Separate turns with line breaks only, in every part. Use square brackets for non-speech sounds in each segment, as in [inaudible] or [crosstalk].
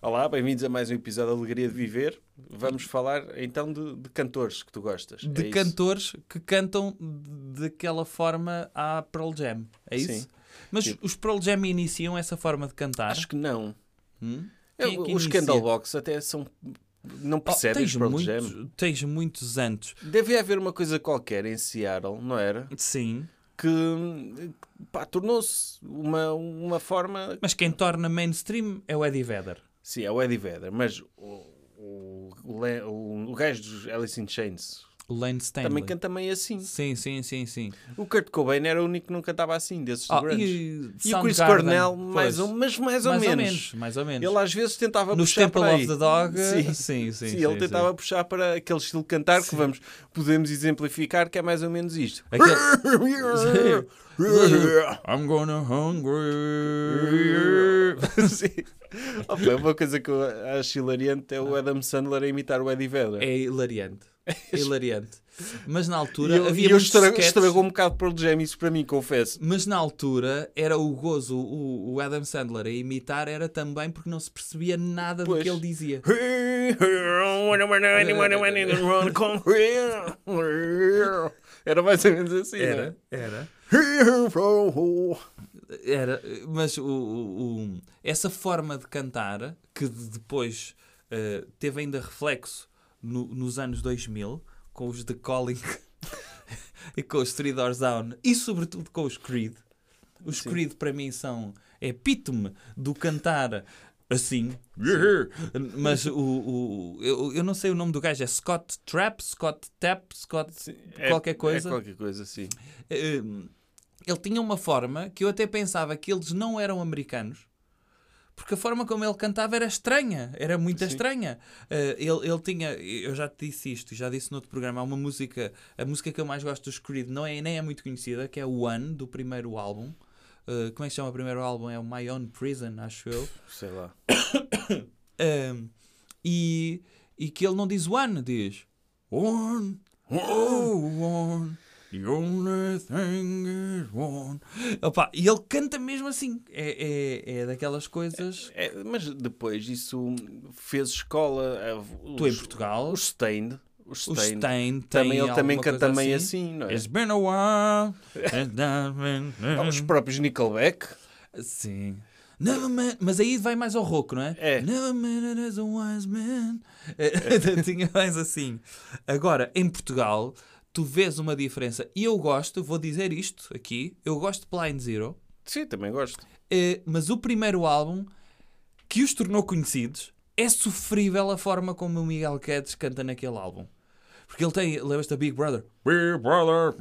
Olá, bem-vindos a mais um episódio de Alegria de Viver. Vamos falar então de, de cantores que tu gostas.
de
é isso?
cantores que cantam daquela forma à Pearl Jam. É
Sim.
isso? Mas
Tipo-
os Pearl Jam iniciam essa forma de cantar?
Acho que não.
Hum?
Eu-
Quem é que
os
inicia?
Candlebox até são. Não
Oh,
percebem
tens,
os Pearl
muito-
Jam.
tens muitos antes.
Devia haver uma coisa qualquer em Seattle, não era?
Sim.
Que pá, tornou-se uma, uma forma
Mas quem torna mainstream é o Eddie Vedder.
Sim, é o Eddie Vedder, mas o, o, o, Le- o- o gajo dos Alice in Chains
O Lane Stanley.
também canta meio assim.
Sim, sim, sim, sim.
O Kurt Cobain era o único que não cantava assim, desses
Oh,
do grunge. E, o
Soundgarden,
Chris Cornell, mais
pois.
um, mas mais ou,
mais
menos.
Mais ou menos.
Ele às vezes tentava
No
puxar
Temple
para
of
aí.
the Dog,
Sim.
sim, sim, sim.
Sim, ele tentava puxar para aquele estilo de cantar que vamos, podemos exemplificar que é mais ou menos isto. [laughs]
Aquele- I'm gonna
[laughs]
hungry.
Sim. Opa, uma coisa que eu acho hilariante é o Adam Sandler a imitar o Eddie Vedder.
É
[laughs]
hilariante. É hilariante. Mas na
E
altura
eu,
havia
e eu
muitos
estra-
sketches,
estragou um bocado Pearl Jam isso para mim, confesso.
Mas na altura era o gozo, o, o Adam Sandler a imitar era também porque não se percebia nada
Pois.
do que ele dizia.
[laughs] Era mais ou menos assim, era. É,
era.
Não é?
Era, mas o, o- o- essa forma de cantar, que de- depois eh, teve ainda reflexo no- nos anos 2000, com os The Calling [laughs] e com os Three Doors Down, e sobretudo com os Creed. Os Creed, para mim, são é epítome do cantar assim. Mas o, o- eu, eu não sei o nome do gajo, é Scott Trap, Scott Tap, Scott qualquer coisa.
É qualquer coisa, sim.
Hum, ele tinha uma forma que eu até pensava que eles não eram americanos. Porque a forma como ele cantava era estranha, era muito estranha. Uh, ele, ele tinha, eu já te disse isto, já disse noutro programa, há uma música, a música que eu mais gosto dos Creed não é, nem é muito conhecida, que é o One, do primeiro álbum. Uh, como é que se chama o primeiro álbum? É o My Own Prison, acho eu.
Sei lá.
Um, e, e que ele não diz one, diz one, oh one, the only thing is one. Opa, e ele canta mesmo assim. É, é, é daquelas coisas.
É, mas depois isso fez escola. eh, Os,
Tu em Portugal,
Os
os
Stained. Os Stained.
Stein tem
também, ele também
alguma
canta
coisa
meio assim, não é? Ah,
It's been a while. and I've been-
Os próprios Nickelback.
Sim. Never met- mas aí vai mais ao rouco, não é?
É.
Never met it as a wise man. É, [laughs] Tinha mais assim. Agora, em Portugal, tu vês uma diferença. E eu gosto, vou dizer isto aqui, eu gosto de Blind Zero,
Sim, também gosto.
eh, mas o primeiro álbum que os tornou conhecidos é sofrível a forma como o Miguel Guedes canta naquele álbum. Porque ele tem, lembras-te da Big Brother? Big Brother.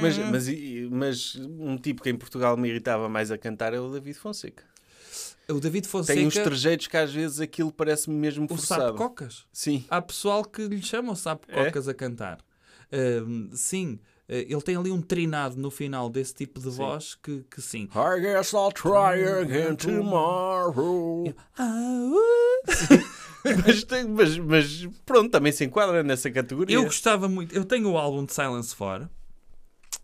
Mas,
Hum.
mas, e- mas um tipo que em Portugal me irritava mais a cantar é o David Fonseca.
O David Fonseca,
Tem uns trejeitos que às vezes aquilo parece-me mesmo
o
forçado.
Sapo Cocas.
Sim.
há pessoal que lhe chamam sapo
É.
cocas a cantar. Ahm, sim, eh, ele tem ali um trinado no final desse tipo de voz que, que sim.
I guess I'll try
Hum.
again tomorrow. [laughs]
Ah, uh.
mas, tem- mas- mas pronto, também se enquadra nessa categoria.
Eu gostava muito. Eu tenho o álbum de Silence 4.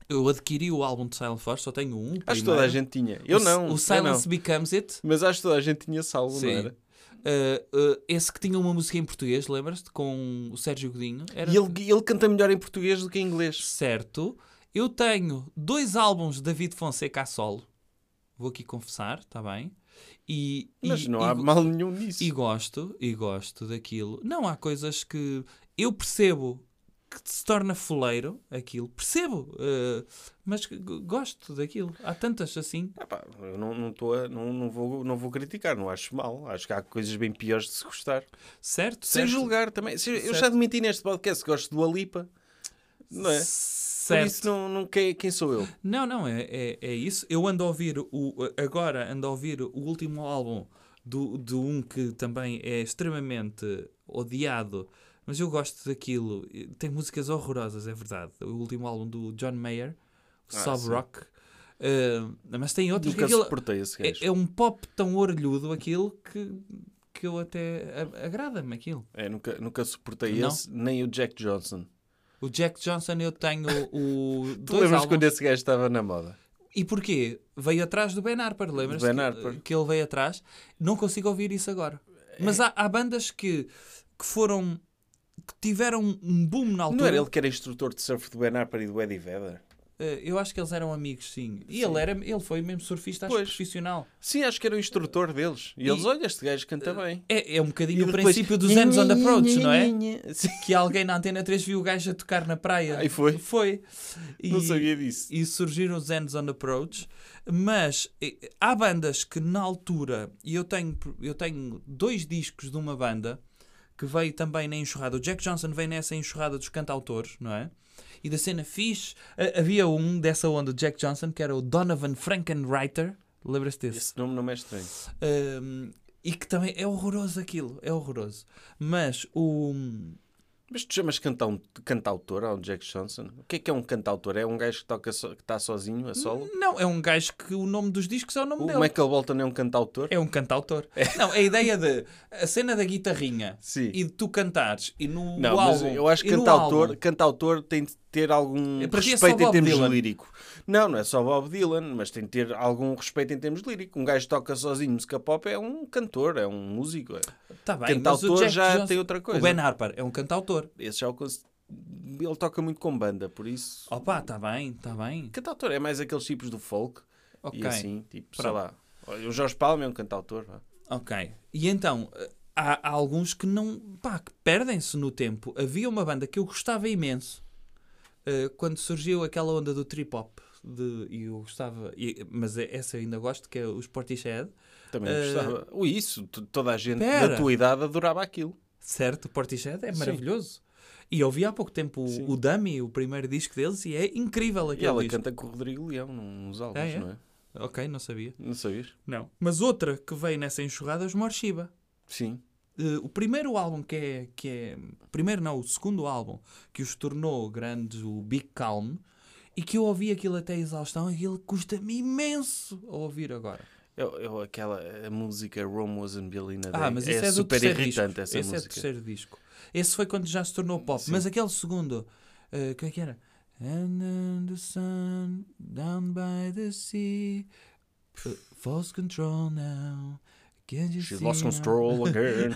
Eu adquiri o álbum de Silence 4, só tenho
acho
um. primeiro.
que toda a gente tinha. Eu
O-
não.
O
eu
Silence
não.
Becomes It.
Mas acho que toda a gente tinha salvo, não
Sim.
era?
Ah, ah, esse que tinha uma música em português, lembras-te? Com o Sérgio Godinho. Era
E ele, ele canta melhor em português do que em inglês.
certo. Eu tenho dois álbuns de David Fonseca a solo. Vou aqui confessar, está bem? E, e-
Mas não
e-
há mal nenhum nisso.
E gosto, e gosto daquilo. Não, há coisas que eu percebo que se torna foleiro aquilo, percebo, eh, mas que g- gosto daquilo. Há tantas assim.
Ah pá, eu não, não, tô a- não, não vou, não vou criticar, não acho mal. Acho que há coisas bem piores de se gostar.
Certo?
Sem
certo,
julgar também. Se- Eu já
Certo.
admiti neste podcast que gosto do Alipa, não é? Por
Certo.
isso não, não, quem, quem sou eu?
Não, não, é, é, é isso. Eu ando a ouvir o. Agora ando a ouvir o último álbum do, de um que também é extremamente odiado, mas eu gosto daquilo. E Tem músicas horrorosas, é verdade. O último álbum do John Mayer, o
Ah,
Sob
sim.
Rock. Eh, mas tem outros que
Nunca
aquilo-
suportei esse gajo.
é, é um pop tão orelhudo aquilo que, que eu até a- agrada-me aquilo.
É, nunca, nunca suportei
Não?
esse, nem o Jack Johnson.
O Jack Johnson eu tenho o
[laughs] Tu
dois
lembras
álbuns.
quando esse gajo estava na moda?
E porquê? Veio atrás do Ben Harper, lembras?
Do Ben
que-
Harper.
Que, ele veio atrás. Não consigo ouvir isso agora. Mas há, há bandas que, que foram que tiveram um boom na altura.
Não era ele que era instrutor de surf do Ben Harper e do Eddie Vedder?
Eh, Eu acho que eles eram amigos, sim. E ele era, ele foi mesmo surfista acho,
Pois.
profissional.
Sim, acho que era o instrutor deles. E, eles, olha, este gajo canta bem.
É, é um bocadinho o
depois-
princípio dos anos on the approach, não é?
[laughs] Sim.
[laughs] que alguém na Antena 3 viu o gajo a tocar na praia.
Aí foi?
Foi. E,
[laughs] Não sabia disso.
E surgiram os Ends on Approach. Mas eh, há bandas que na altura, e eu tenho, eu tenho dois discos de uma banda que veio também na enxurrada. O Jack Johnson veio nessa enxurrada dos cantautores, não é? E da cena fixe, eh, havia um dessa onda, o Jack Johnson, que era o Donovan Frankenreiter. Lembras-te desse?
Esse nome não me é estranho.
Um, e que também é horroroso aquilo, é horroroso. Mas o.
Mas tu chamas cantau- cantautor ao Jack Johnson? O que é que é um cantautor? É um gajo que toca so- que está sozinho, a solo?
Não, é um gajo que o nome dos discos é o nome
O
dele.
Michael Bolton é um cantautor?
É um cantautor. Não, a ideia de a cena da guitarrinha
Sim.
e de tu cantares e no
Não, mas
álbum.
eu acho que
e no
cantautor,
álbum.
cantautor tem de ter algum
É, para ti é só
respeito em
Bob
termos
Dylan.
lírico. Não, não é só Bob Dylan, mas tem de ter algum respeito em termos lírico. Um gajo que toca sozinho música pop é um cantor, é um músico. é.
Tá bem,
cantautor
mas o Jack
já
Johnson-
tem outra coisa.
O Ben Harper é um cantautor.
Esse já o cons- Ele toca muito com banda, por isso.
Opa, tá bem, tá bem.
Cantautor é mais aqueles tipos do folk
Ok.
e assim, tipo, sei
Pronto.
lá. Olha, O Jorge Palma é um cantautor. vá.
Ok. E então, eh, há, há alguns que não. pá, que perdem-se no tempo. Havia uma banda que eu gostava imenso eh, quando surgiu aquela onda do trip hop. De, e eu gostava, e- mas é- essa eu ainda gosto, que é os Portishead,
Também
Eh,
gostava. Ui, isso, t- toda a gente
pera.
da tua idade adorava aquilo.
certo? Portishead é maravilhoso. E eu ouvi há pouco tempo o, o Dummy, o primeiro disco deles, e é incrível
E
aquele
ela
disco.
canta com o Rodrigo Leão nos álbuns,
É, é?
não é?
Ok, não sabia.
Não sabias?
Não. Mas outra que veio nessa enxurrada é os Morshiba.
Sim.
Eh, o primeiro álbum que é, que é. Primeiro não, o segundo álbum que os tornou grandes, o Big Calm, e que eu ouvi aquilo até a exaustão e ele custa-me imenso a ouvir agora.
Eu, eu- aquela a música Rome was and Bill in a Day.
Ah, mas isso é, do
super
terceiro
irritante
disco.
essa
Esse é do
música.
terceiro disco. Esse foi quando já se tornou pop. Mas aquele segundo, eh, como é que era? And then the sun down by the sea eh, false control now. Can't you
She's
see
lost
now?
control again.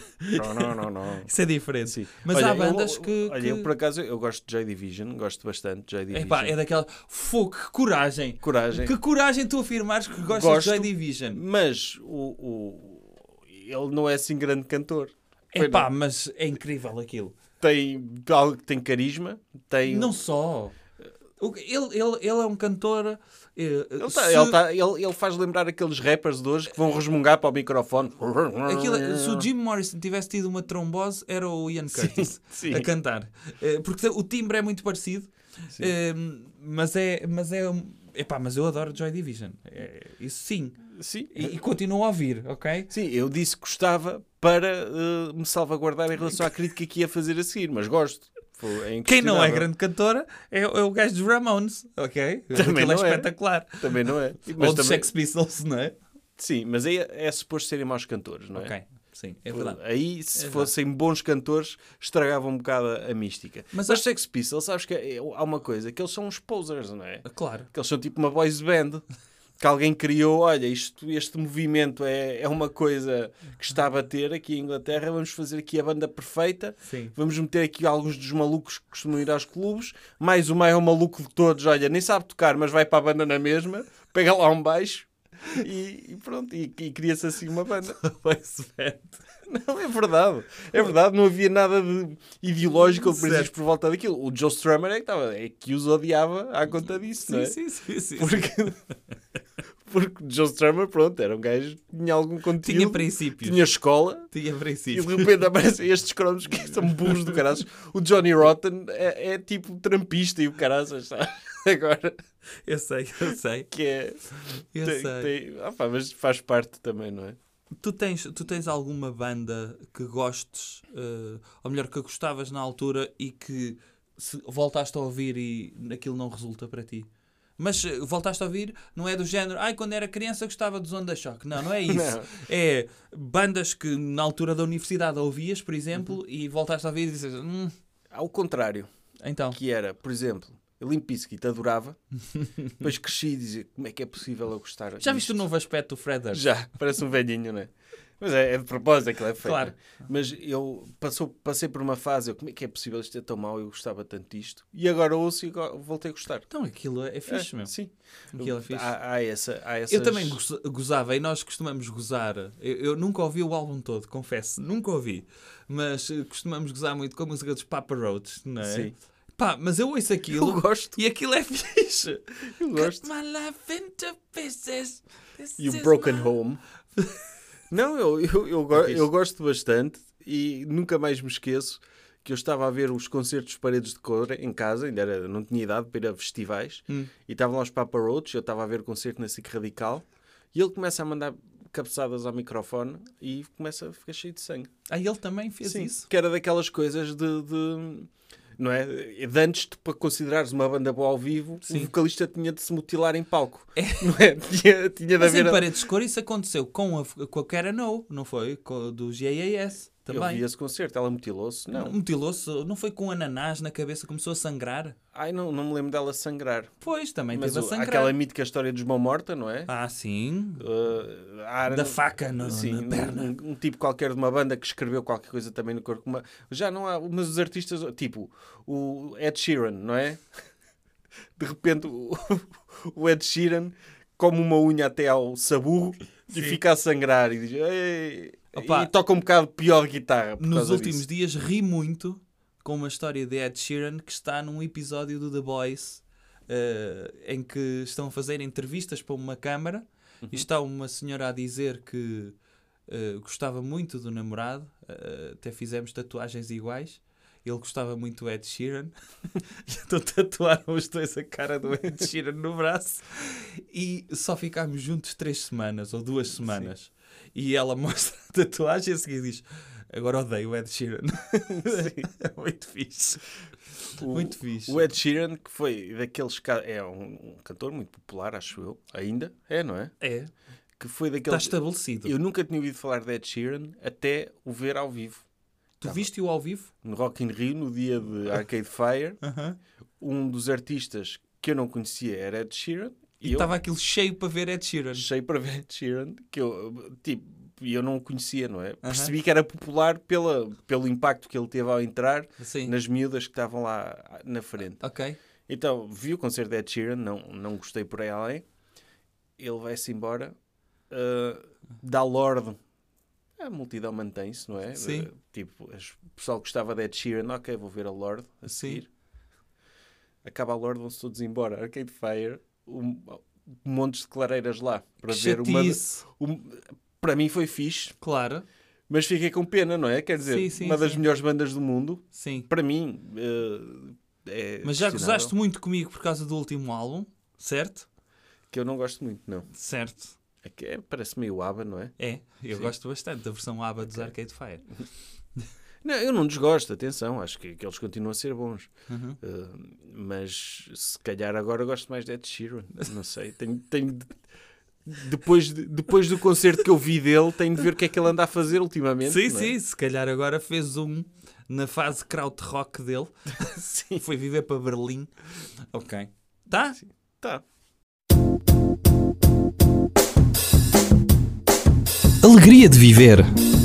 não,
[laughs]
não, não, não.
Isso é diferente.
Sim.
Mas
Olha,
há
eu-
bandas que.
Olha,
que-
eu por acaso eu gosto de J Division, gosto bastante de J Division.
Epá, é daquela. Fogo, que coragem!
Coragem.
Que coragem tu afirmares que gostas
Gosto.
de Joy Division.
Mas o, o- ele não é assim grande cantor. Foi,
Epá, mas é incrível aquilo.
Tem algo que tem carisma, tem. um-
Não só. O- Ele, ele, ele é um cantor. eh,
Ele, tá-
se-
ele tá- ele- ele faz lembrar aqueles rappers de hoje que vão resmungar para o microfone.
aquilo- é- se o Jim Morrison tivesse tido uma trombose, era o Ian Curtis
Ah. [laughs] sim.
a cantar. Eh, Porque o timbre é muito parecido. Eh, Mas é. Mas é um- Epá, mas eu adoro Joy Division. É, isso sim.
Sim.
E, e continuo a ouvir, ok?
Sim, eu disse que gostava para eh, me salvaguardar em relação à crítica que ia fazer a seguir, mas gosto. Foi- é
Quem não é
inquestionável.
grande cantora é, é o gajo dos Ramones, ok?
Também
Aquilo
não
é
é.
espetacular.
Também não é.
[laughs] Ou
Mas
dos
também,
Sex Pistols, não é?
sim, mas aí é, é suposto serem maus cantores, não é?
Ok, sim, é verdade.
Aí, se fossem bons cantores, estragavam um bocado a a mística.
Mas
Mas,
há-
os Sex Pistols, sabes que é- há uma coisa, que eles são uns posers, não é?
Claro.
Que eles são tipo uma boys band. Que alguém criou, olha, isto, este movimento é, é uma coisa que está a bater aqui em Inglaterra, vamos fazer aqui a banda perfeita,
Sim.
vamos meter aqui alguns dos malucos que costumam ir aos clubes, mais o maior maluco de todos, olha, nem sabe tocar, mas vai para a banda na mesma, pega lá um baixo e, e pronto, e- e cria-se assim uma banda. [laughs] Não, é verdade. É verdade, não havia nada de ideológico ou de princípios por volta daquilo. O Joe Strummer é que, estava, é que os odiava à conta disso, não
Sim,
é?
sim, sim, sim.
Porque, porque o Joe Strummer, pronto, era um gajo que tinha algum conteúdo.
Tinha princípios.
Tinha um- escola.
Tinha
E de
princípios.
repente aparecem estes cromos que são burros do caralho. O Johnny Rotten é, é tipo trampista e o caralho, sabe? [laughs] Agora,
Eu sei, eu sei,
que é.
eu
tem-
sei.
tem- ah pá, mas faz parte também, não é?
Tu tens, tu tens alguma banda que gostes, eh, ou melhor, que gostavas na altura e que se voltaste a ouvir e aquilo não resulta para ti? Mas eh, voltaste a ouvir, não é do género, ai, quando era criança gostava dos Onda Choque. Não, não é isso.
Não.
É bandas que na altura da universidade ouvias, por exemplo,
Uhum.
e voltaste a ouvir e dizes, hum,
Ao contrário,
então.
que era, por exemplo, Limp Bizkit
[laughs]
adorava, depois cresci e dizia como é que é possível eu gostar
Já
disto?"
viste o novo aspecto do Fred Durst?
é Já, parece um velhinho, não é? Mas é, é de propósito, aquilo é feio.
Claro.
não é? Mas eu passou, passei por uma fase, eu, como é que é possível isto é tão mau, eu gostava tanto disto. E agora ouço e go- voltei a gostar.
Então aquilo é fixe
É,
mesmo.
Sim.
Aquilo é fixe.
Há, há essa, há essas...
Eu também goza- gozava e nós costumamos gozar. Eu, eu nunca ouvi o álbum todo, confesso, nunca ouvi. Mas eh, costumamos gozar muito com a música dos Papa Roach, não é?
Sim.
Pá, mas eu ouço
[laughs]
aquilo.
Eu gosto.
E aquilo é [laughs] fixe.
Eu gosto.
Cut my life into pieces. This
E
is
o Broken
my-
Home. [laughs] Não, eu, eu, eu, go-
É fixe.
eu gosto bastante e nunca mais me esqueço que eu estava a ver os concertos de paredes de cor em casa, ainda era- não tinha idade para ir a festivais, e estavam lá os Papa Roach, eu estava a ver o concerto na SIC Radical, e ele começa a mandar cabeçadas ao microfone e começa a ficar cheio de sangue.
Ah, ele também fez isso.
Que era daquelas coisas de... de- não é? De antes, tu, para considerares uma banda boa ao vivo, o vocalista tinha de se mutilar em palco. Não é? [laughs] Tinha, tinha de
Mas em
haver... a-
Paredes de Cor isso aconteceu com a, com a Cara No, não foi? Com, do GAS
Eu
também.
vi esse concerto, ela mutilou-se? Não.
Mutilou-se, não foi com ananás na cabeça, começou a sangrar?
Ai, não, não me lembro dela sangrar.
Pois, também
Mas
teve
o-
a
há
sangrar.
aquela mítica história dos mão morta, não é?
Ah, sim.
Uh, há-
Da faca na-
Sim,
na perna.
Um, um tipo qualquer de uma banda que escreveu qualquer coisa também no corpo. Uma, já não há. Mas os artistas, tipo o Ed Sheeran, não é? [laughs] De repente o, [laughs] o Ed Sheeran come uma unha até ao saburro e fica a sangrar e diz. "Ei",
Opa.
E toca um bocado pior guitarra. Por
Nos
causa
últimos
disso.
dias ri muito com uma história de Ed Sheeran que está num episódio do The Boys eh, em que estão a fazer entrevistas para uma câmara
Uhum.
e está uma senhora a dizer que eh, gostava muito do namorado, eh, até fizemos tatuagens iguais. Ele gostava muito do Ed Sheeran. então tatuaram os dois a cara do Ed Sheeran no braço. E só ficámos juntos três semanas ou duas semanas. E ela [laughs] mostra a tatuagem e a seguir diz: Agora odeio o Ed Sheeran. é [laughs] muito fixe.
O-
Muito fixe.
O Ed Sheeran, que foi daqueles. ca- É um, um cantor muito popular, acho eu, ainda. É, não é?
É,
Que foi
está
daqueles.
estabelecido.
Eu nunca tinha ouvido falar de Ed Sheeran até o ver ao vivo.
Tu viste-o ao vivo?
No Rock in Rio, no dia
[laughs]
de Arcade Fire, um dos artistas que eu não conhecia era Ed Sheeran.
E
eu
estava aquilo cheio para ver Ed Sheeran.
achei para ver Ed Sheeran, que eu, tipo, eu não o conhecia, não é? Percebi que era popular pela, pelo impacto que ele teve ao entrar
Sim.
nas miúdas que estavam lá na frente.
Ok.
Então, vi o concerto de Ed Sheeran, não, não gostei por aí além. Ele vai-se embora, ah, dá lorde. A multidão mantém-se, não é?
Sim.
Ah, tipo, as- o pessoal gostava de Ed Sheeran, ok, vou ver a Lorde a
Sim.
seguir. Acaba a Lorde, vão-se todos embora. Arcade Fire, um, montes de clareiras lá para
Que
ver uma.
chatice.
um- para mim foi fixe,
Claro.
mas fiquei com pena, não é? Quer dizer,
Sim, sim,
uma das
sim.
melhores bandas do mundo,
Sim.
para mim. ah, é
Mas já
questionável,
gozaste muito comigo por causa do último álbum, certo?
Que eu não gosto muito, não.
Certo.
É que é- parece meio aba, não é?
É, eu gosto bastante da versão ABBA dos Arcade Fire.
Não, eu não desgosto, atenção, acho que, que eles continuam a ser bons.
Uhum.
Uh, mas se calhar agora gosto mais de Ed Sheeran, não sei. Tenho, tenho de- depois, de- depois do concerto que eu vi dele, tenho de ver o que é que ele anda a fazer ultimamente.
Sim,
não é?
sim, se calhar agora fez um na fase kraut
[laughs]
rock dele. sim. Foi viver para Berlim. Ok. Tá?
Tá.
Alegria de viver.